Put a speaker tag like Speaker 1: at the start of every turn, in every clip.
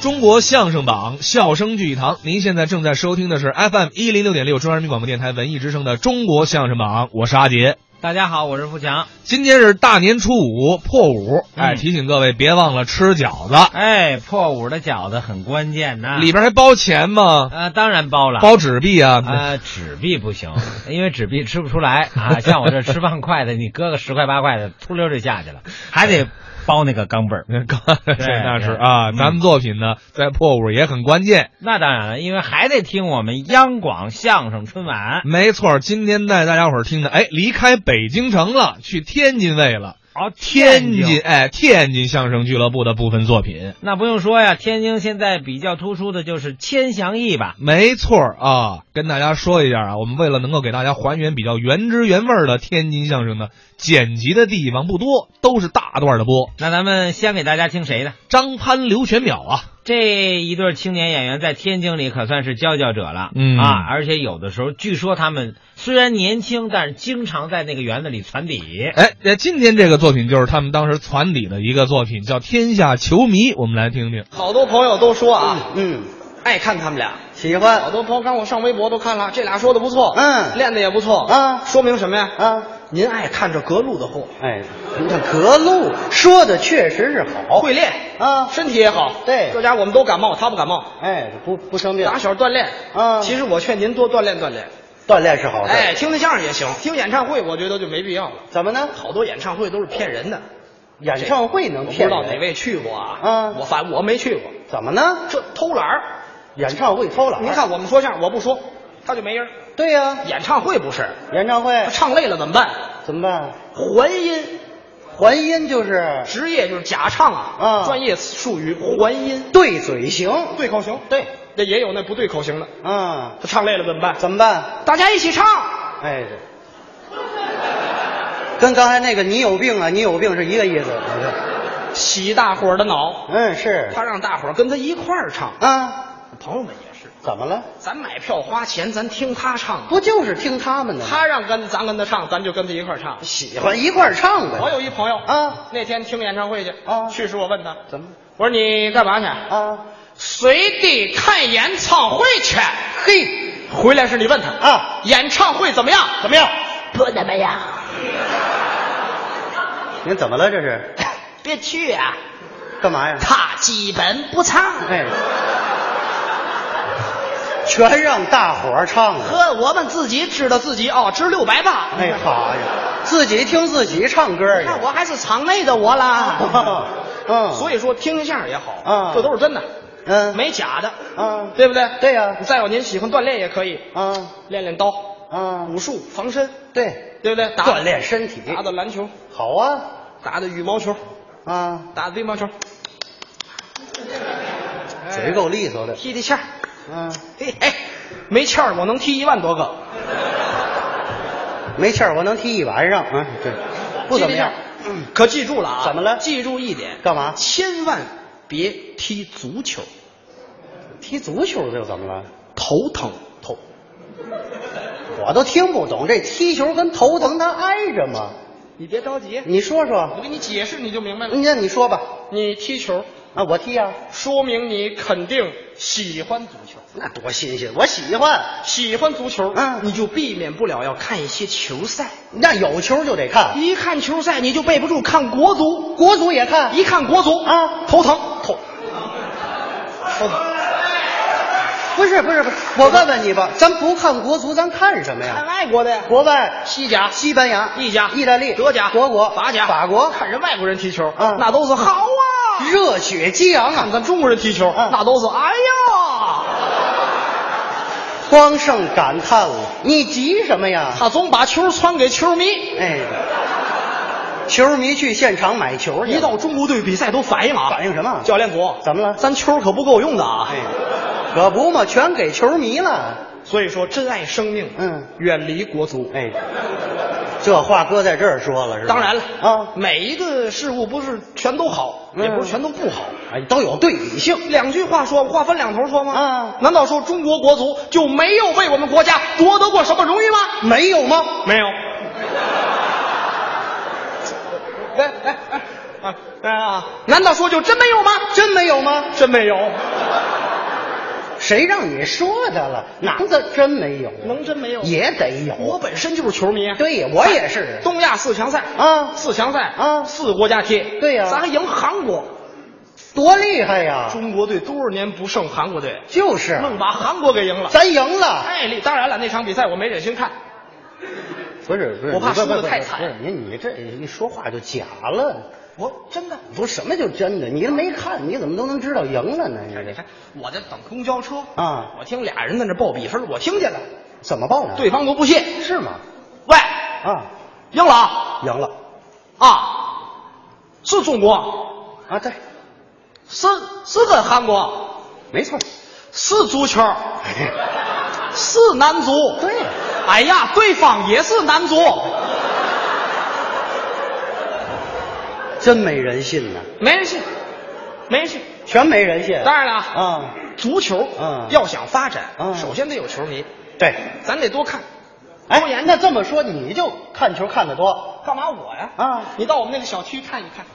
Speaker 1: 中国相声榜，笑声聚一堂。您现在正在收听的是 FM 一零六点六，中央人民广播电台文艺之声的《中国相声榜》，我是阿杰。
Speaker 2: 大家好，我是富强。
Speaker 1: 今天是大年初五，破五，哎，
Speaker 2: 嗯
Speaker 1: 提醒各位别忘了吃饺子，
Speaker 2: 哎，破五的饺子很关键呐、
Speaker 1: 里边还包钱吗？
Speaker 2: 嗯啊，当然包了。
Speaker 1: 包纸币啊？
Speaker 2: 啊，纸币不行， 因为纸币吃不出来 啊。像我这吃饭快的，你搁个十块八块的，秃溜就下去了，还得包那个 钢镚儿。
Speaker 1: 刚才
Speaker 2: 对
Speaker 1: 那是
Speaker 2: 对
Speaker 1: 啊，
Speaker 2: 嗯
Speaker 1: 咱们作品呢在破五也很关键。
Speaker 2: 那当然了，因为还得听我们央广相声春晚。
Speaker 1: 没错，今天带大家伙儿听的，哎，离开北京城了，去天津卫了。
Speaker 2: 哦，
Speaker 1: 天津，哎，天津相声俱乐部的部分作品。
Speaker 2: 那不用说呀，天津现在比较突出的就是千祥义吧。
Speaker 1: 没错儿啊，跟大家说一下啊，我们为了能够给大家还原比较原汁原味儿的天津相声呢，剪辑的地方不多，都是大段儿的播。
Speaker 2: 那咱们先给大家听谁的？
Speaker 1: 张潘刘全淼啊，
Speaker 2: 这一对青年演员在天津里可算是佼佼者了，
Speaker 1: 嗯
Speaker 2: 啊，而且有的时候据说他们虽然年轻，但是经常在那个园子里传底。
Speaker 1: 哎，那今天这个作品就是他们当时攒底的一个作品，叫《天下球迷》，我们来听听。
Speaker 3: 好多朋友都说啊，
Speaker 4: 嗯，
Speaker 3: 爱看他们俩。
Speaker 4: 喜
Speaker 3: 好
Speaker 4: 欢
Speaker 3: 多朋友刚我上微博都看了，这俩说的不错，
Speaker 4: 嗯
Speaker 3: 练的也不错
Speaker 4: 啊
Speaker 3: 说明什么呀？
Speaker 4: 啊！
Speaker 3: 您爱看这隔路的货，
Speaker 4: 哎，你看格路说的确实是好，
Speaker 3: 会练
Speaker 4: 啊
Speaker 3: 身体也好。
Speaker 4: 对
Speaker 3: 这家我们都感冒，他不感冒，
Speaker 4: 哎，不不生病，
Speaker 3: 打小锻炼
Speaker 4: 啊
Speaker 3: 其实我劝您多锻炼锻炼，
Speaker 4: 锻炼是好事。
Speaker 3: 哎，，听听相声也行，听演唱会我觉得就没必要了。
Speaker 4: 怎么呢？
Speaker 3: 好多演唱会都是骗人的，
Speaker 4: 演唱会能骗人
Speaker 3: 我不知道哪位去过啊？
Speaker 4: 啊
Speaker 3: 我反我没去过，
Speaker 4: 怎么呢？
Speaker 3: 这偷懒儿。
Speaker 4: 演唱会偷懒？
Speaker 3: 您，看我们说相声，我不说，他就没人儿。
Speaker 4: 对呀，
Speaker 3: 演唱会不是，
Speaker 4: 演唱会
Speaker 3: 他唱累了怎么办？
Speaker 4: 怎么办？
Speaker 3: 还音，
Speaker 4: 还音就是
Speaker 3: 职业就是假唱啊，
Speaker 4: 啊
Speaker 3: 专业术语还音，
Speaker 4: 对嘴型
Speaker 3: 对口型，对，那也有那不对口型的，
Speaker 4: 啊，
Speaker 3: 他唱累了怎么办？
Speaker 4: 怎么办？
Speaker 3: 大家一起唱，
Speaker 4: 哎，这跟刚才那个你有病啊，你有病是一个意思。
Speaker 3: 洗大伙儿的脑，
Speaker 4: 嗯，是
Speaker 3: 他让大伙儿跟他一块儿唱。
Speaker 4: 啊，
Speaker 3: 朋友们也是，
Speaker 4: 怎么了？
Speaker 3: 咱买票花钱，咱听他唱，
Speaker 4: 不就是听他们的吗？
Speaker 3: 他让跟咱跟他唱，咱就跟他一块儿唱。
Speaker 4: 喜欢一块儿唱呗。
Speaker 3: 我有一朋友
Speaker 4: 啊，
Speaker 3: 那天听演唱会去
Speaker 4: 啊
Speaker 3: 去时我问他，
Speaker 4: 怎么
Speaker 3: 我说你干嘛去？
Speaker 4: 啊？
Speaker 3: 随地看演唱会去。
Speaker 4: 嘿，
Speaker 3: 回来时你问他
Speaker 4: 啊，
Speaker 3: 演唱会怎么样？怎么样？
Speaker 5: 不怎么样，
Speaker 4: 您怎么了？这
Speaker 3: 哎
Speaker 4: 是
Speaker 5: 别去啊！
Speaker 4: 干嘛呀？
Speaker 5: 他基本不唱，
Speaker 4: 哎，全让大伙儿唱了。
Speaker 3: 呵，我们自己知道自己哦，知六百八。
Speaker 4: 哎，好呀，自己听自己唱歌去
Speaker 3: 那。我还是场内的我啦。
Speaker 4: 嗯，
Speaker 3: 所
Speaker 4: 以
Speaker 3: 以说听相声也好
Speaker 4: 啊
Speaker 3: 这都是真的，
Speaker 4: 嗯，
Speaker 3: 没假的，
Speaker 4: 啊
Speaker 3: 对不对？
Speaker 4: 对呀
Speaker 3: 再有您喜欢锻炼也可以，
Speaker 4: 啊
Speaker 3: 练练刀、
Speaker 4: 啊
Speaker 3: 武，术、防身，
Speaker 4: 对，
Speaker 3: 对不对？打
Speaker 4: 锻炼身体
Speaker 3: 打打篮球，
Speaker 4: 好啊
Speaker 3: 打打羽毛球，
Speaker 4: 啊，
Speaker 3: 打打乒乓球，哎
Speaker 4: 嘴够利索的。
Speaker 3: 踢踢毽儿。
Speaker 4: 嗯，
Speaker 3: 嘿嘿，没毽儿我能踢一万多个。
Speaker 4: 没气儿，我能踢一晚上啊。对，不怎么样。
Speaker 3: 嗯，可记住了啊！
Speaker 4: 怎么了
Speaker 3: 记住一点，
Speaker 4: 干嘛
Speaker 3: 千万别踢足球，
Speaker 4: 踢足球又怎么了？
Speaker 3: 头疼头。
Speaker 4: 我都听不懂这踢球跟头疼它挨着吗？
Speaker 3: 你别着急，嗯
Speaker 4: 你说说
Speaker 3: 我，给你解释你就明白了。
Speaker 4: 那你说吧。
Speaker 3: 你踢球，
Speaker 4: 啊，我踢啊，
Speaker 3: 说明你肯定喜欢足球，
Speaker 4: 那多新鲜！我喜欢，
Speaker 3: 喜欢足球，
Speaker 4: 嗯
Speaker 3: 你就避免不了要看一些球赛。
Speaker 4: 那有球就得看，
Speaker 3: 一看球赛，你就备不住看国足，
Speaker 4: 国足也看，
Speaker 3: 一看国足
Speaker 4: 啊
Speaker 3: 头疼头。头疼。
Speaker 4: 不是不是不是，我问问你吧，咱不看国足，咱看什么
Speaker 3: 看
Speaker 4: 呀？
Speaker 3: 外国的呀，
Speaker 4: 国外，
Speaker 3: 西甲、
Speaker 4: 西班牙、
Speaker 3: 意甲、
Speaker 4: 意大利、
Speaker 3: 德甲、
Speaker 4: 德国、
Speaker 3: 法甲、
Speaker 4: 法国，
Speaker 3: 看人外国人踢球，
Speaker 4: 嗯
Speaker 3: 那都是好啊。
Speaker 4: 热血激昂
Speaker 3: 看
Speaker 4: 啊！
Speaker 3: 咱中国人踢球，
Speaker 4: 嗯
Speaker 3: 那都是哎呀，
Speaker 4: 光剩感叹了，你急什么呀？
Speaker 3: 他总把球传给球迷。
Speaker 4: 哎，球迷去现场买球去了，
Speaker 3: 一到中国队比赛都反应啊，
Speaker 4: 反应什么
Speaker 3: 教练组
Speaker 4: 怎么了
Speaker 3: 咱球可不够用的啊。
Speaker 4: 哎，可不嘛，全给球迷了。
Speaker 3: 所以说，珍爱生命，
Speaker 4: 嗯，
Speaker 3: 远离国足。
Speaker 4: 哎，这话搁在这儿说了是吧？
Speaker 3: 当然了
Speaker 4: 啊，
Speaker 3: 每一个事物不是全都好，
Speaker 4: 嗯
Speaker 3: 也不是全都不好。
Speaker 4: 哎，都有对比性。
Speaker 3: 两句话说，话分两头说吗？
Speaker 4: 啊
Speaker 3: 难道说中国国足就没有为我们国家夺得过什么荣誉吗？
Speaker 4: 没有吗？
Speaker 3: 没有。哎哎哎啊！哎啊！难道说就真没有吗？
Speaker 4: 真没有吗？
Speaker 3: 真没有。
Speaker 4: 谁让你说的了？能的真没有，
Speaker 3: 能真没有
Speaker 4: 也得
Speaker 3: 我
Speaker 4: 有。
Speaker 3: 本身就是球迷，啊
Speaker 4: 对呀，我也是。
Speaker 3: 东亚四强赛
Speaker 4: 啊
Speaker 3: 四强赛
Speaker 4: 啊
Speaker 3: 四国家踢，
Speaker 4: 对呀
Speaker 3: 咱还赢韩国，
Speaker 4: 多厉害呀！
Speaker 3: 中国队多少年不胜韩国队，
Speaker 4: 就是，
Speaker 3: 愣把韩国给赢了，
Speaker 4: 咱赢了。
Speaker 3: 太厉！当然了，那场比赛我没忍心看，
Speaker 4: 不是不是，
Speaker 3: 我怕
Speaker 4: 不是
Speaker 3: 输得
Speaker 4: 不是
Speaker 3: 太
Speaker 4: 不是
Speaker 3: 惨
Speaker 4: 不是你你这一说话就假了，
Speaker 3: 我真的，
Speaker 4: 不是什么就真的，你没看你怎么都能知道赢了呢？你
Speaker 3: 哎你
Speaker 4: 这
Speaker 3: 看我在等公交车
Speaker 4: 啊
Speaker 3: 我听俩人在那报比分，我听见了，
Speaker 4: 怎么报呢？
Speaker 3: 啊对方都不信，
Speaker 4: 是吗？
Speaker 3: 喂，
Speaker 4: 啊，
Speaker 3: 赢了啊
Speaker 4: 赢了
Speaker 3: 啊，是中国，
Speaker 4: 啊，对，
Speaker 3: 是是跟韩国，
Speaker 4: 没错，
Speaker 3: 是足球，是男足，
Speaker 4: 对
Speaker 3: 哎呀，对方也是男足，
Speaker 4: 真没人信呢，
Speaker 3: 没人信，没人信。
Speaker 4: 全没人信。
Speaker 3: 当然了
Speaker 4: 啊，
Speaker 3: 足球，
Speaker 4: 嗯
Speaker 3: 要想发展，
Speaker 4: 嗯
Speaker 3: 首先得有球迷，
Speaker 4: 对，
Speaker 3: 咱得多看。
Speaker 4: 哎，那这么说你就看球看得多，
Speaker 3: 干嘛我呀？
Speaker 4: 啊
Speaker 3: 你到我们那个小区看一看，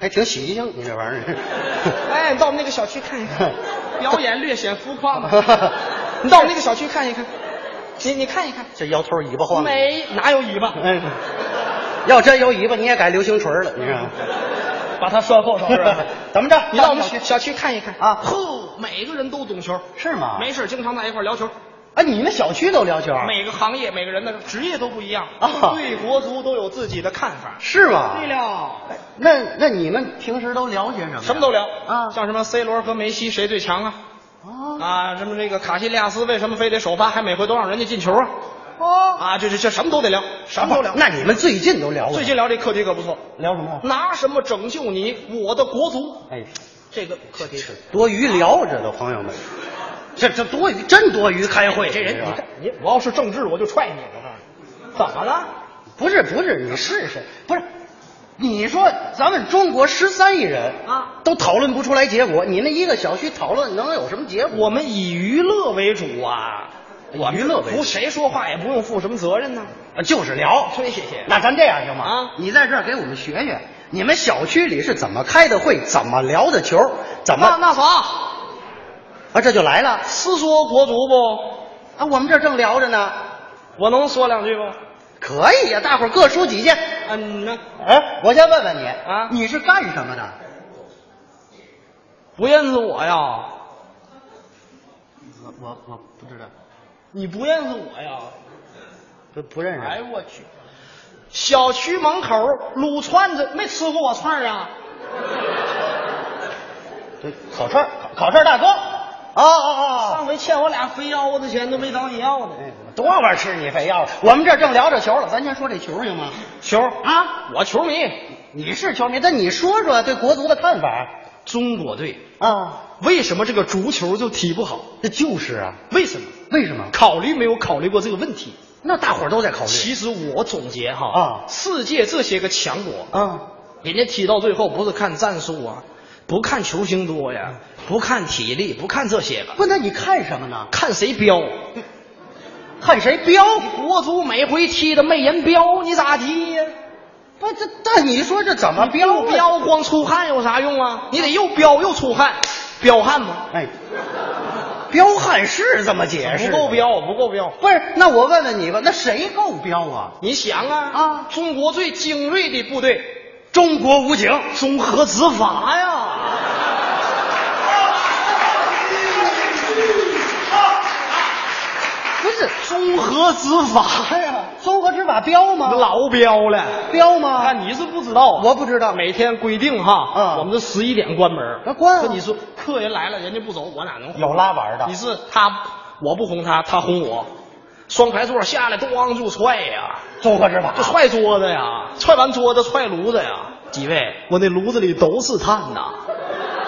Speaker 4: 还挺喜庆，你这玩意儿。
Speaker 3: 哎，你到我们那个小区看一看，表演略显浮 夸嘛。你到我们那个小区看一看，你你看一看，
Speaker 4: 这摇头尾巴晃的，
Speaker 3: 没哪有尾 巴，
Speaker 4: 哎，要真有尾巴，你也改流星锤了，你知道吗？
Speaker 3: 把它拴后头是吧？
Speaker 4: 怎么着？
Speaker 3: 你到我们
Speaker 4: 小区
Speaker 3: 小小区看一看
Speaker 4: 啊
Speaker 3: 呵，每个人都懂球，
Speaker 4: 是吗？
Speaker 3: 没事经常在一块儿聊球，
Speaker 4: 啊，你们小区都聊球？
Speaker 3: 每个行业每个人的职业都不一样
Speaker 4: 啊
Speaker 3: 对国足都有自己的看法。
Speaker 4: 是吗？
Speaker 3: 对了，
Speaker 4: 那那你们平时都了解什么呀？
Speaker 3: 什么都聊
Speaker 4: 啊
Speaker 3: 像什么 C 罗和梅西谁最强啊？
Speaker 4: 啊
Speaker 3: 啊，什么这个卡西利亚斯为什么非得首发，还每回都让人家进球啊？
Speaker 4: 哦，
Speaker 3: 啊，这这这什么都得聊，什么都聊。
Speaker 4: 那你们最近都聊过？
Speaker 3: 最近聊这课题可不错，
Speaker 4: 聊什么？
Speaker 3: 拿什么拯救你我的国足？
Speaker 4: 哎，
Speaker 3: 这个课题是
Speaker 4: 多余聊着的朋友们，这这多余，真多余开会。
Speaker 3: 这人，你
Speaker 4: 是吧
Speaker 3: 看你，我要是政治我就踹你！我告诉你，怎么了？
Speaker 4: 不是不是，你试试，不是。你说咱们中国十三亿人
Speaker 3: 啊，
Speaker 4: 都讨论不出来结果，你那一个小区讨论能有什么结果？
Speaker 3: 我们以娱乐为主啊，我们
Speaker 4: 娱乐为主
Speaker 3: 不谁说话也不用负什么责任呢。
Speaker 4: 啊就是聊，
Speaker 3: 对谢谢
Speaker 4: 那咱这样行吗？
Speaker 3: 啊
Speaker 4: 你在这儿给我们学学，你们小区里是怎么开的会，怎么聊的球，怎么
Speaker 3: 那那啥，
Speaker 4: 啊，这就来了
Speaker 3: 是说国足不？
Speaker 4: 啊！我们这儿正聊着呢，
Speaker 3: 我能说两句不？
Speaker 4: 可以呀、大伙儿各抒己见。
Speaker 3: 嗯，那
Speaker 4: 哎，我先问问你
Speaker 3: 啊
Speaker 4: 你是干什么的？
Speaker 3: 不认识我呀？
Speaker 4: 我我我不知道，
Speaker 3: 你不认识我呀？
Speaker 4: 不不认识。
Speaker 3: 哎呦我去！小区门口撸串子，没吃过我串儿啊？
Speaker 4: 这烤串儿烤串儿大哥。哦哦哦
Speaker 3: 上回欠我俩肥腰子钱都没找你要呢。
Speaker 4: 哦，多玩意吃你非要了。我们这儿正聊着球了，咱先说这球行吗？
Speaker 3: 球
Speaker 4: 啊，
Speaker 3: 我球迷，
Speaker 4: 你是球迷，但你说说对国足的看法
Speaker 3: 中国队
Speaker 4: 啊？
Speaker 3: 为什么这个足球就踢不好？
Speaker 4: 这就是啊，
Speaker 3: 为什么？
Speaker 4: 为什么？
Speaker 3: 考虑没有考虑过这个问题？
Speaker 4: 那大伙儿都在考虑。
Speaker 3: 其实我总结哈
Speaker 4: 啊，
Speaker 3: 世界这些个强国，
Speaker 4: 啊，
Speaker 3: 人家踢到最后不是看战术啊，不看球星多
Speaker 4: 嗯
Speaker 3: 呀，不看体力，不看这些个，
Speaker 4: 不，那你看什么呢？
Speaker 3: 看谁彪。
Speaker 4: 嗯看谁彪？
Speaker 3: 国足每回踢的没人彪，你咋踢呀？
Speaker 4: 不，这但你说这怎么彪
Speaker 3: 彪
Speaker 4: 啊？
Speaker 3: 彪光出汗有啥用啊？你得又彪又出汗，彪悍吗？
Speaker 4: 哎，彪悍是这么解释
Speaker 3: 不
Speaker 4: 的，
Speaker 3: 够彪，不够彪。
Speaker 4: 不是？那我问问你吧，那谁够彪啊？
Speaker 3: 你想啊
Speaker 4: 啊
Speaker 3: 中国最精锐的部队，
Speaker 4: 中国武警，
Speaker 3: 综合执法呀。
Speaker 4: 不是
Speaker 3: 综合执法呀，
Speaker 4: 哎综合执法彪吗？
Speaker 3: 老彪了。
Speaker 4: 彪吗？
Speaker 3: 那你是不知道啊，
Speaker 4: 我不知道
Speaker 3: 每天规定哈，
Speaker 4: 嗯
Speaker 3: 我们是十一点关门。
Speaker 4: 那关啊
Speaker 3: 可你说客人来了，人家不走，我哪能
Speaker 4: 有拉玩的
Speaker 3: 你是他，我不轰他，他轰我，双排座下来咣就踹呀。
Speaker 4: 综合执法
Speaker 3: 就踹桌子呀，踹完桌子踹炉子呀。几位，我那炉子里都是炭呐。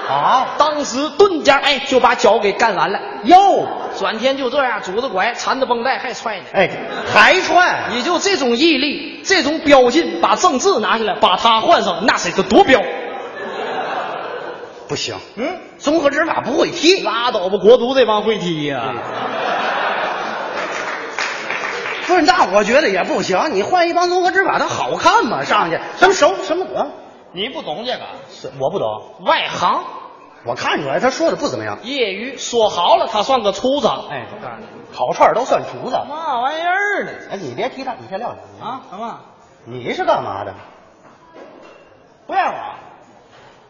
Speaker 4: 啊？
Speaker 3: 当时顿家哎就把脚给干完了，
Speaker 4: 哟，
Speaker 3: 转天就这样拄着拐缠着绷带还踹呢。
Speaker 4: 哎，还踹？
Speaker 3: 也就这种毅力，这种彪劲，把政治拿下来，把他换上，那谁得多彪？
Speaker 4: 不行，
Speaker 3: 嗯，
Speaker 4: 综合执法不会踢，嗯
Speaker 3: 拉倒吧，国足这帮会踢呀、
Speaker 4: 不是？那我觉得也不行，你换一帮综合执法，他好看吗？上去什么手什么啊？
Speaker 3: 你不懂这个，
Speaker 4: 是我不懂，
Speaker 3: 外行，
Speaker 4: 我看出来他说的不怎么样。
Speaker 3: 业余说好了，他算个厨子。
Speaker 4: 哎，烤串儿都算厨子。
Speaker 3: 嘛玩意儿呢？
Speaker 4: 哎，你别提他，你先撂下。
Speaker 3: 啊，什么？
Speaker 4: 你是干嘛的？
Speaker 3: 不啊认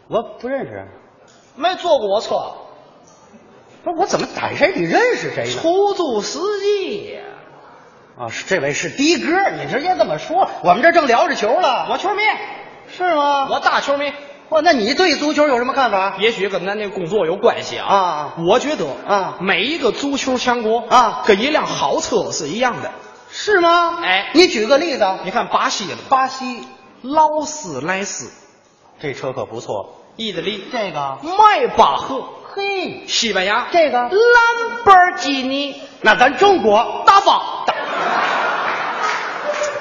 Speaker 3: 我？
Speaker 4: 我不认识，
Speaker 3: 没坐过我车，
Speaker 4: 不是我怎么逮谁你认识
Speaker 3: 哎
Speaker 4: 谁呢？
Speaker 3: 出租司机呀。
Speaker 4: 啊，是这位是的哥，你直接这么说，我们这正聊着球了。
Speaker 3: 我球迷，
Speaker 4: 是吗？
Speaker 3: 我大球迷，
Speaker 4: 哇，那你对足球有什么看法？
Speaker 3: 也许跟咱这工作有关系啊。
Speaker 4: 啊
Speaker 3: 我觉得
Speaker 4: 啊
Speaker 3: 每一个足球强国
Speaker 4: 啊
Speaker 3: 跟一辆好车是一样的。
Speaker 4: 是吗？
Speaker 3: 哎
Speaker 4: 你举个例子，
Speaker 3: 你看巴西了，
Speaker 4: 巴西
Speaker 3: 劳斯莱斯，
Speaker 4: 这车可不错，
Speaker 3: 意大利
Speaker 4: 这个
Speaker 3: 迈巴赫，
Speaker 4: 嘿，
Speaker 3: 西班牙
Speaker 4: 这个
Speaker 3: 兰博基尼，
Speaker 4: 那咱中国
Speaker 3: 大巴。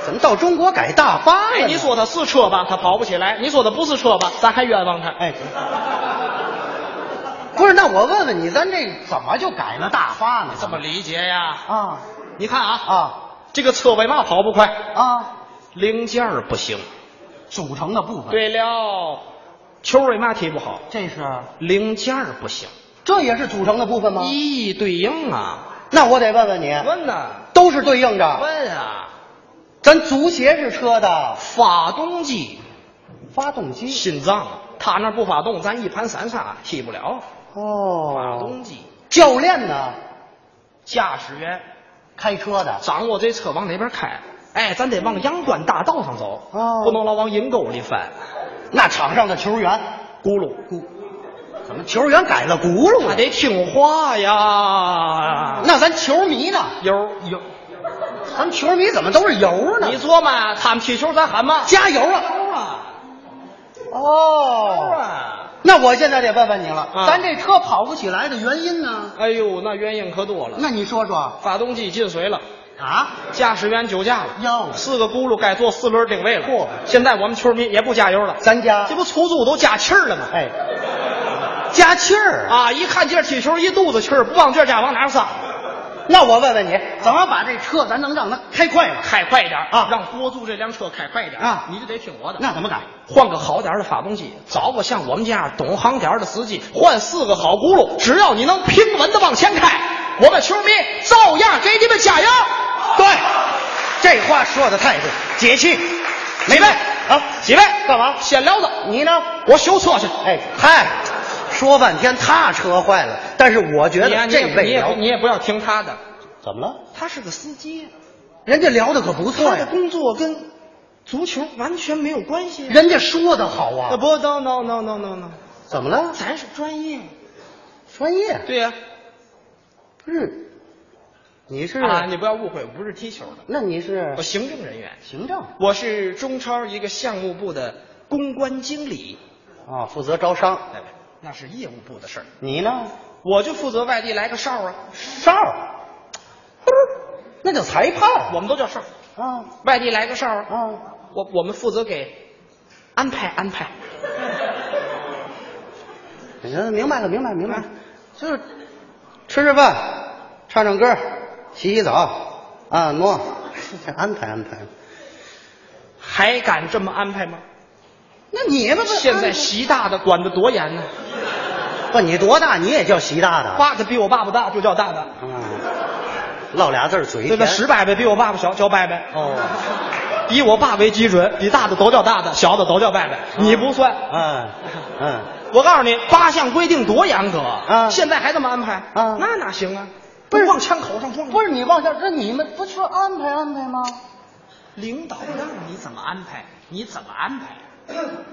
Speaker 4: 怎么到中国改大巴了
Speaker 3: 哎，
Speaker 4: 呢？
Speaker 3: 你说他是车吧，他跑不起来；你说他不是车吧，咱还冤枉他。
Speaker 4: 哎，不是，那我问问你，咱这怎么就改了大发呢？
Speaker 3: 怎么理解呀？
Speaker 4: 啊
Speaker 3: 你看啊，
Speaker 4: 啊
Speaker 3: 这个车为嘛跑不快？
Speaker 4: 啊？
Speaker 3: 零件儿不行。
Speaker 4: 组成的部分，，
Speaker 3: 对了，球为嘛踢不好？
Speaker 4: 这是
Speaker 3: 零件儿不行，
Speaker 4: 这也是组成的部分吗？
Speaker 3: 一一对应啊。
Speaker 4: 那我得问问你，
Speaker 3: 问呐，
Speaker 4: 都是对应着。
Speaker 3: 问啊，
Speaker 4: 咱足协是车的
Speaker 3: 发动机、
Speaker 4: 发动机
Speaker 3: 心脏，他那不发动，咱一盘散沙踢不了。发
Speaker 4: 哦，
Speaker 3: 动机、
Speaker 4: 教练呢
Speaker 3: 驾驶员，
Speaker 4: 开车的
Speaker 3: 掌握这车往哪边开？哎，咱得往阳关大道上走，
Speaker 4: 哦
Speaker 3: 不能老往阴沟里翻。
Speaker 4: 那场上的球员
Speaker 3: 咕噜咕，
Speaker 4: 怎么球员改了轱辘
Speaker 3: 还
Speaker 4: 了？
Speaker 3: 得听话呀。
Speaker 4: 那咱球迷呢？
Speaker 3: 有有，
Speaker 4: 咱球迷怎么都是油呢
Speaker 3: 你？琢磨啊他们踢球咱喊嘛？
Speaker 4: 加油啊！
Speaker 3: 啊，
Speaker 4: 哦，
Speaker 3: 啊！
Speaker 4: 那我现在得问问你了，
Speaker 3: 啊
Speaker 4: 咱这车跑不起来的原因呢？
Speaker 3: 哎呦，那原因可多了。
Speaker 4: 那你说说
Speaker 3: 发动机进水了，
Speaker 4: 啊？
Speaker 3: 驾驶员酒驾了，
Speaker 4: 哟，
Speaker 3: 四个轱辘该做四轮定位了。现在我们球迷也不加油了，
Speaker 4: 咱家
Speaker 3: 这不出租都加气儿了吗？
Speaker 4: 哎，加气儿啊！
Speaker 3: 啊，一看这踢球一肚子气儿，不往这家往哪儿撒？
Speaker 4: 那我问问你，
Speaker 3: 哎
Speaker 4: 怎么把这车咱能让它开快了？
Speaker 3: 开快一点
Speaker 4: 啊
Speaker 3: 让国足这辆车开快一点
Speaker 4: 啊
Speaker 3: 你就得听我的。
Speaker 4: 那怎么改？
Speaker 3: 换个好点儿的发动机，找个像我们这样懂行点儿的司机，换四个好轱辘，只要你能平稳的往前开，我们球迷照样给你们加油。
Speaker 4: 对，这话说的太对，解气。哪位
Speaker 3: 几位
Speaker 4: 啊？
Speaker 3: 几位
Speaker 4: 干嘛
Speaker 3: 闲聊的，
Speaker 4: 你呢？
Speaker 3: 我修车去。
Speaker 4: 哎嗨，说半天他车坏了，但是我觉
Speaker 3: 你
Speaker 4: 得
Speaker 3: 呀你也
Speaker 4: 这
Speaker 3: 不你
Speaker 4: 位
Speaker 3: 也
Speaker 4: 聊
Speaker 3: 不你也不要听他的，
Speaker 4: 怎么了？
Speaker 3: 他是个司机，
Speaker 4: 人家聊的可不错
Speaker 3: 他的
Speaker 4: 呀，
Speaker 3: 工作跟足球完全没有关系。
Speaker 4: 人家说的好
Speaker 3: 呃
Speaker 4: 啊。
Speaker 3: 不，no no no no no no，
Speaker 4: 怎么了？
Speaker 3: 咱是专业。
Speaker 4: 专业
Speaker 3: 对呀、
Speaker 4: 不是？你是？
Speaker 3: 啊，你不要误会，我不是踢球的，
Speaker 4: 那你是
Speaker 3: 我行政人员，
Speaker 4: 行政啊、
Speaker 3: 我是中超一个项目部的公关经理，
Speaker 4: 啊负责招商。
Speaker 3: 哎那是业务部的事儿，
Speaker 4: 你呢？
Speaker 3: 我就负责外地来个哨啊，
Speaker 4: 哨儿，不是，那叫裁判。
Speaker 3: 我们都叫哨儿，
Speaker 4: 啊
Speaker 3: 外地来个哨啊，
Speaker 4: 啊，
Speaker 3: 我我们负责给安排安排。
Speaker 4: 行，明白了，明白了，明白了，就是吃吃饭，唱唱歌，洗洗澡，按摩， 安排安排。
Speaker 3: 还敢这么安排吗？
Speaker 4: 那你们不
Speaker 3: 现在
Speaker 4: 安
Speaker 3: 习大的管得多严呢、
Speaker 4: 不，你多大你也叫习大大？
Speaker 3: 爸的比我爸爸大就叫大大，
Speaker 4: 啊，唠俩字儿嘴
Speaker 3: 对
Speaker 4: 甜。
Speaker 3: 吧？十伯伯比我爸爸小叫伯伯，
Speaker 4: 哦，
Speaker 3: 以我爸为基准，比大的都叫大的，小的都叫伯伯。你不算，
Speaker 4: 啊嗯嗯，
Speaker 3: 我告诉你，八项规定多严格
Speaker 4: 啊
Speaker 3: 现在还这么安排
Speaker 4: 啊
Speaker 3: 那哪行啊？
Speaker 4: 不是
Speaker 3: 都往枪口上撞，
Speaker 4: 不是你往下，那你们不去安排安排吗？
Speaker 3: 领导让你怎么安排，你怎么安排？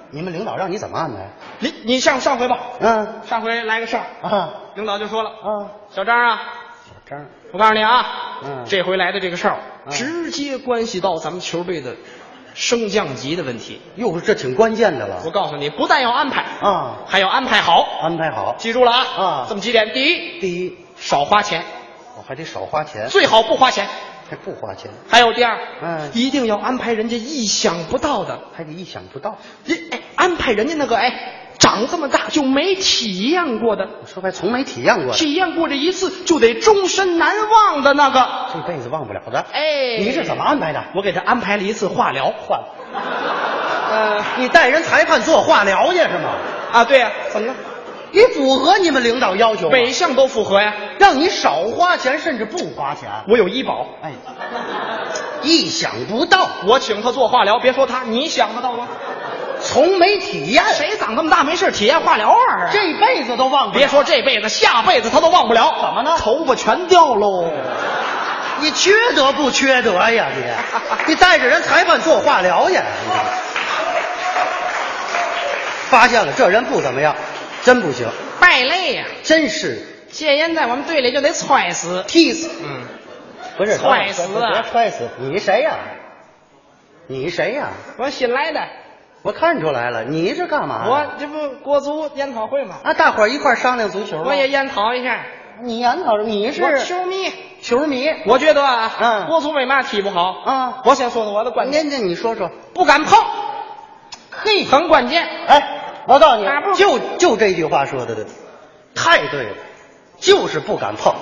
Speaker 4: 你们领导让你怎么安排？
Speaker 3: 你你上上回吧，
Speaker 4: 嗯
Speaker 3: 上回来个事儿，
Speaker 4: 啊
Speaker 3: 领导就说了，
Speaker 4: 啊，
Speaker 3: 小张啊，
Speaker 4: 小张，
Speaker 3: 我告诉你啊，
Speaker 4: 嗯
Speaker 3: 这回来的这个事儿，
Speaker 4: 嗯
Speaker 3: 直接关系到咱们球队的升降级的问题。
Speaker 4: 哟，这挺关键的
Speaker 3: 我
Speaker 4: 了
Speaker 3: 告诉你，不但要安排，
Speaker 4: 啊，
Speaker 3: 还要安排好，
Speaker 4: 安排好。
Speaker 3: 记住了啊！
Speaker 4: 啊
Speaker 3: 这么几点：第一，
Speaker 4: 第一，
Speaker 3: 少花钱，
Speaker 4: 我还得少花钱，
Speaker 3: 最好不花钱；
Speaker 4: 还不花钱，
Speaker 3: 还有第二，
Speaker 4: 嗯
Speaker 3: 一定要安排人家意想不到的，
Speaker 4: 还得意想不到。
Speaker 3: 人哎，安排人家那个哎，长这么大就没体验过的，
Speaker 4: 我说白，从没体验过的，
Speaker 3: 体验过这一次就得终身难忘的那个。
Speaker 4: 这辈子忘不了的。
Speaker 3: 哎，
Speaker 4: 你是怎么安排的？
Speaker 3: 我给他安排了一次化疗，
Speaker 4: 换，呃，你带人裁判做化疗去是吗？
Speaker 3: 啊，对呀、怎么了？
Speaker 4: 你符合你们领导要求吗，啊
Speaker 3: 每项都符合呀。
Speaker 4: 让你少花钱，甚至不花钱。
Speaker 3: 我有医保，
Speaker 4: 哎，意想不到，
Speaker 3: 我请他做化疗，别说他，你想得到吗？
Speaker 4: 从没体验，
Speaker 3: 谁长这么大没事体验化疗啊？
Speaker 4: 这辈子都忘不了。
Speaker 3: 别说这辈子，下辈子他都忘不了。
Speaker 4: 怎么呢
Speaker 3: 头发全掉喽。
Speaker 4: 你缺德不缺德呀你？你带着人裁判做化疗呀？发现了，这人不怎么样，真不行，
Speaker 3: 败类呀、
Speaker 4: 真是
Speaker 3: 戒烟在我们队里就得踹死。
Speaker 4: 踢死。
Speaker 3: 嗯，
Speaker 4: 不是
Speaker 3: 踹死啊
Speaker 4: 别踹死！你谁呀、你谁呀、
Speaker 3: 我新来的，
Speaker 4: 我看出来了，你是干嘛的？
Speaker 3: 我这不国足研讨会吗？
Speaker 4: 啊，大伙儿一块儿商量足球吗。
Speaker 3: 我也研讨一下。
Speaker 4: 你研讨着，你
Speaker 3: 我
Speaker 4: 是
Speaker 3: 球迷，
Speaker 4: 球迷
Speaker 3: 我觉得啊，
Speaker 4: 嗯
Speaker 3: 国足为嘛踢不好？
Speaker 4: 啊？
Speaker 3: 我先说说我的观点，
Speaker 4: 您这你说说。
Speaker 3: 不敢碰，嘿，很关键。
Speaker 4: 哎，我告诉你
Speaker 3: 打不，
Speaker 4: 就就这句话说的对，太对了，就是不敢碰，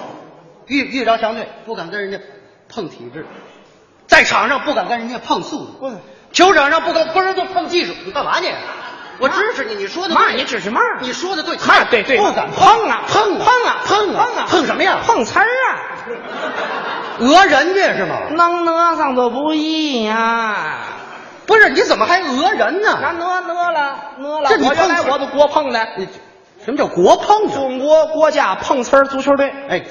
Speaker 4: 遇遇着强队不敢跟人家碰体质，在场上不敢跟人家碰速度，球场上不敢不是就碰技术，你干嘛你？啊我支持你，你说的
Speaker 3: 嘛
Speaker 4: 对，
Speaker 3: 你支持嘛？
Speaker 4: 你说的对，
Speaker 3: 嘛对对
Speaker 4: 不敢
Speaker 3: 碰啊
Speaker 4: 碰
Speaker 3: 碰啊
Speaker 4: 碰
Speaker 3: 碰啊
Speaker 4: 碰什么呀？
Speaker 3: 碰瓷儿啊，
Speaker 4: 讹人家是吗？
Speaker 3: 能讹上都不易呀。
Speaker 4: 不是，你怎么还讹人呢？
Speaker 3: 那讹讹了讹了，
Speaker 4: 啊这你
Speaker 3: 我原来
Speaker 4: 碰瓷儿
Speaker 3: 我们国碰的
Speaker 4: 你什么叫国碰啊？
Speaker 3: 中国国家碰瓷儿足球队，
Speaker 4: 哎，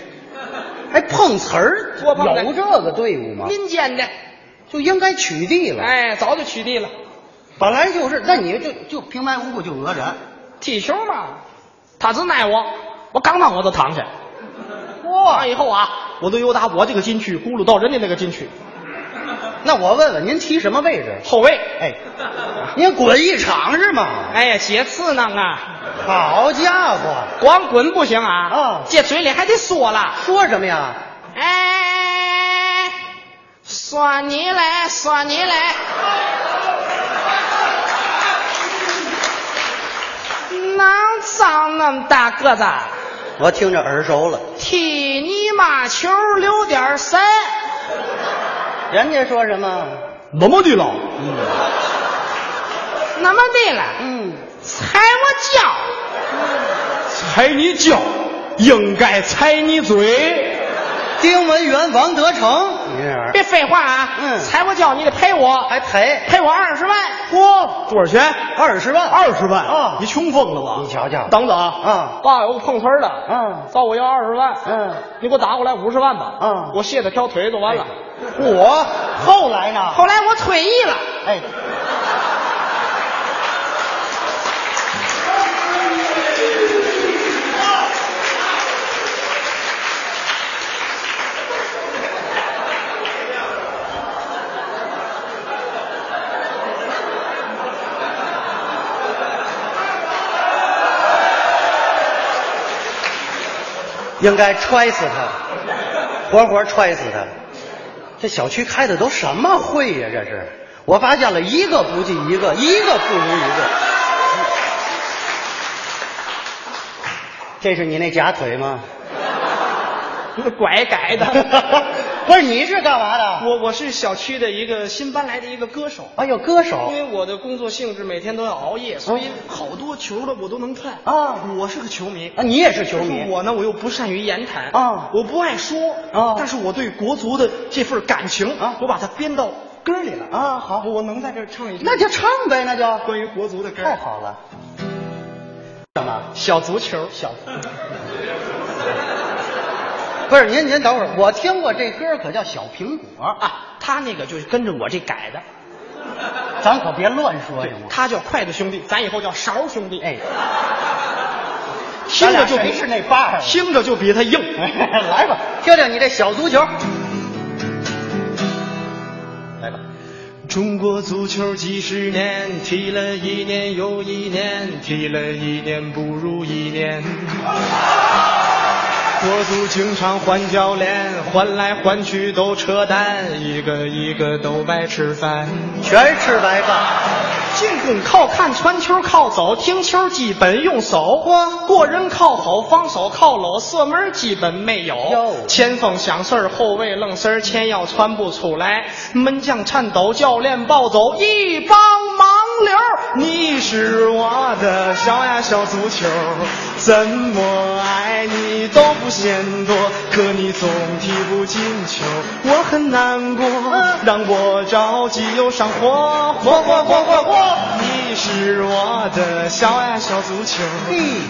Speaker 4: 还碰瓷儿，
Speaker 3: 多碰的
Speaker 4: 有这个队伍吗？
Speaker 3: 民间的，
Speaker 4: 就应该取缔了。，
Speaker 3: 哎，早就取缔了。
Speaker 4: 本来就是，那你就就平白无故就讹人，
Speaker 3: 踢球嘛，他只奈我，我刚到我就躺下。哇！以后啊，我都由打我这个禁区轱辘到人家那个禁区，
Speaker 4: 那我问问您踢什么位置？
Speaker 3: 后卫。
Speaker 4: 哎，您滚一场是吗？
Speaker 3: 哎呀，解刺呢啊，
Speaker 4: 好家伙，
Speaker 3: 光滚不行啊，
Speaker 4: 啊
Speaker 3: 这嘴里还得说了。
Speaker 4: 说什么呀？
Speaker 3: 哎，说你嘞，说你嘞，哪长那么大个子？
Speaker 4: 我听着耳熟了，
Speaker 3: 踢你妈球留点神。
Speaker 4: 人家说什么？
Speaker 3: 那么的了，那么的了，
Speaker 4: 嗯，
Speaker 3: 踩我脚，
Speaker 6: 踩你脚，应该踩你嘴。
Speaker 4: 丁文元、王德成，你这人
Speaker 3: 别废话啊！
Speaker 4: 嗯
Speaker 3: 踩我脚你得赔我，
Speaker 4: 还赔
Speaker 3: 赔我二十万。
Speaker 6: 嚯，多少钱？
Speaker 4: 二十万？
Speaker 6: 二十万
Speaker 4: 啊
Speaker 6: 你穷疯了吧？
Speaker 4: 你瞧瞧，
Speaker 3: 等等啊，
Speaker 4: 啊，
Speaker 3: 爸有个碰瓷儿的，
Speaker 4: 嗯
Speaker 3: 找我要二十万，
Speaker 4: 嗯，
Speaker 3: 你给我打过来五十万吧，
Speaker 4: 嗯
Speaker 3: 我卸他条腿就完了。
Speaker 4: 我后来呢？
Speaker 3: 后来我退役了，
Speaker 4: 哎，应该踹死他，活活踹死他。这小区开的都什么会呀、这是，我发现了一个不及一个，一个不如一个。这是你那假腿吗？
Speaker 3: 拐改的。
Speaker 4: 不是，你是干嘛的？
Speaker 3: 我我是小区的一个新搬来的一个歌手，
Speaker 4: 哎呦，歌手
Speaker 3: 因为我的工作性质每天都要熬夜，所以好多球的我都能看。
Speaker 4: 哦啊
Speaker 3: 我是个球迷。
Speaker 4: 啊，你也是球
Speaker 3: 可
Speaker 4: 迷
Speaker 3: 是我呢，我又不善于言谈
Speaker 4: 啊
Speaker 3: 我不爱说
Speaker 4: 啊
Speaker 3: 但是我对国足的这份感情
Speaker 4: 啊
Speaker 3: 我把它编到歌里了
Speaker 4: 啊？好，
Speaker 3: 我能在这儿唱一句
Speaker 4: 那就唱呗，那就哦
Speaker 3: 关于国足的歌。
Speaker 4: 太好了。什么？
Speaker 3: 小足球，小
Speaker 4: 不是您，您等会儿，我听过这歌可叫《小苹果》啊，
Speaker 3: 啊，他那个就是跟着我这改的，
Speaker 4: 咱可别乱说行吗？
Speaker 3: 他叫筷子兄弟，咱以后叫勺兄弟。，
Speaker 4: 哎，
Speaker 3: 听着就
Speaker 4: 咱俩谁
Speaker 3: 比
Speaker 4: 是那把儿
Speaker 3: 听着就比他硬。
Speaker 4: 来吧，听听你这小足球。来吧，
Speaker 6: 中国足球几十年，踢了一年又一年，踢了一年不如一年。国足经常换教练，换来换去都扯淡，一个一个都白吃饭。
Speaker 4: 全吃白饭。
Speaker 3: 进攻靠看，传球靠走，停球基本用手，过人靠吼，防守靠搂，射门基本没有
Speaker 4: 哟。
Speaker 3: 前锋想事儿，后卫愣神儿，前腰传不出来，门将颤抖，教练暴走，一帮盲流儿。
Speaker 6: 你是我的小呀小足球，
Speaker 3: 怎么爱你都不嫌多，可你总踢不进球，我很难过，让我着急又上火，火火火火火！你是我的小呀小足球，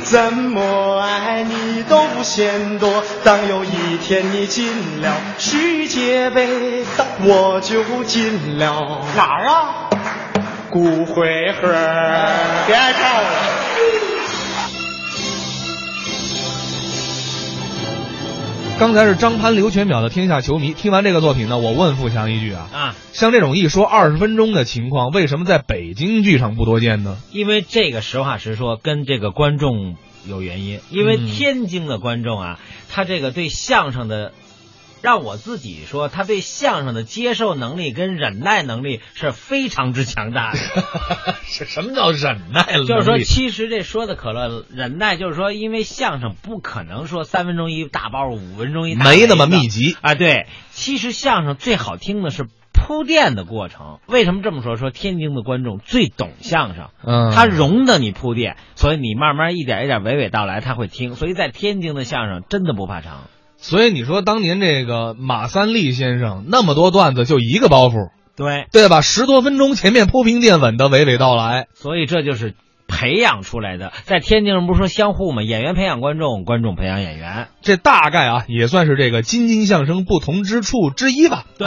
Speaker 3: 怎么爱你都不嫌多，当有一天你进了世界杯，我就进了
Speaker 7: 哪儿啊？
Speaker 3: 骨灰盒儿。
Speaker 7: 别唱了。
Speaker 1: 刚才是张潘刘全淼的《天下球迷》。听完这个作品呢，我问富强一句啊，
Speaker 2: 啊，
Speaker 1: 像这种一说二十分钟的情况，为什么在北京剧场不多见呢？
Speaker 2: 因为这个实话实说，跟这个观众有原因。因为
Speaker 1: 嗯
Speaker 2: 天津的观众啊，他这个对相声的，让我自己说，他对相声的接受能力跟忍耐能力是非常之强大 的。
Speaker 1: 是什么叫忍耐了？
Speaker 2: 就是说，其实这说的可乐忍耐，就是说，因为相声不可能说三分钟一大包，五分钟一大
Speaker 1: 没
Speaker 2: 杯
Speaker 1: 那么
Speaker 2: 的
Speaker 1: 密集。
Speaker 2: 啊，对，其实相声最好听的是铺垫的过程。为什么这么说？说天津的观众最懂相声，
Speaker 1: 嗯
Speaker 2: 他容得你铺垫，所以你慢慢一点一点娓娓道来，他会听。所以在天津的相声真的不怕长。
Speaker 1: 所以你说当年这个马三立先生那么多段子就一个包袱，
Speaker 2: 对，
Speaker 1: 对吧？十多分钟前面铺平垫稳的娓娓道来，
Speaker 2: 所以这就是培养出来的。在天津人不是说相互吗？演员培养观众，观众培养演员。
Speaker 1: 这大概啊也算是这个金津相声不同之处之一吧。
Speaker 2: 对
Speaker 1: 啊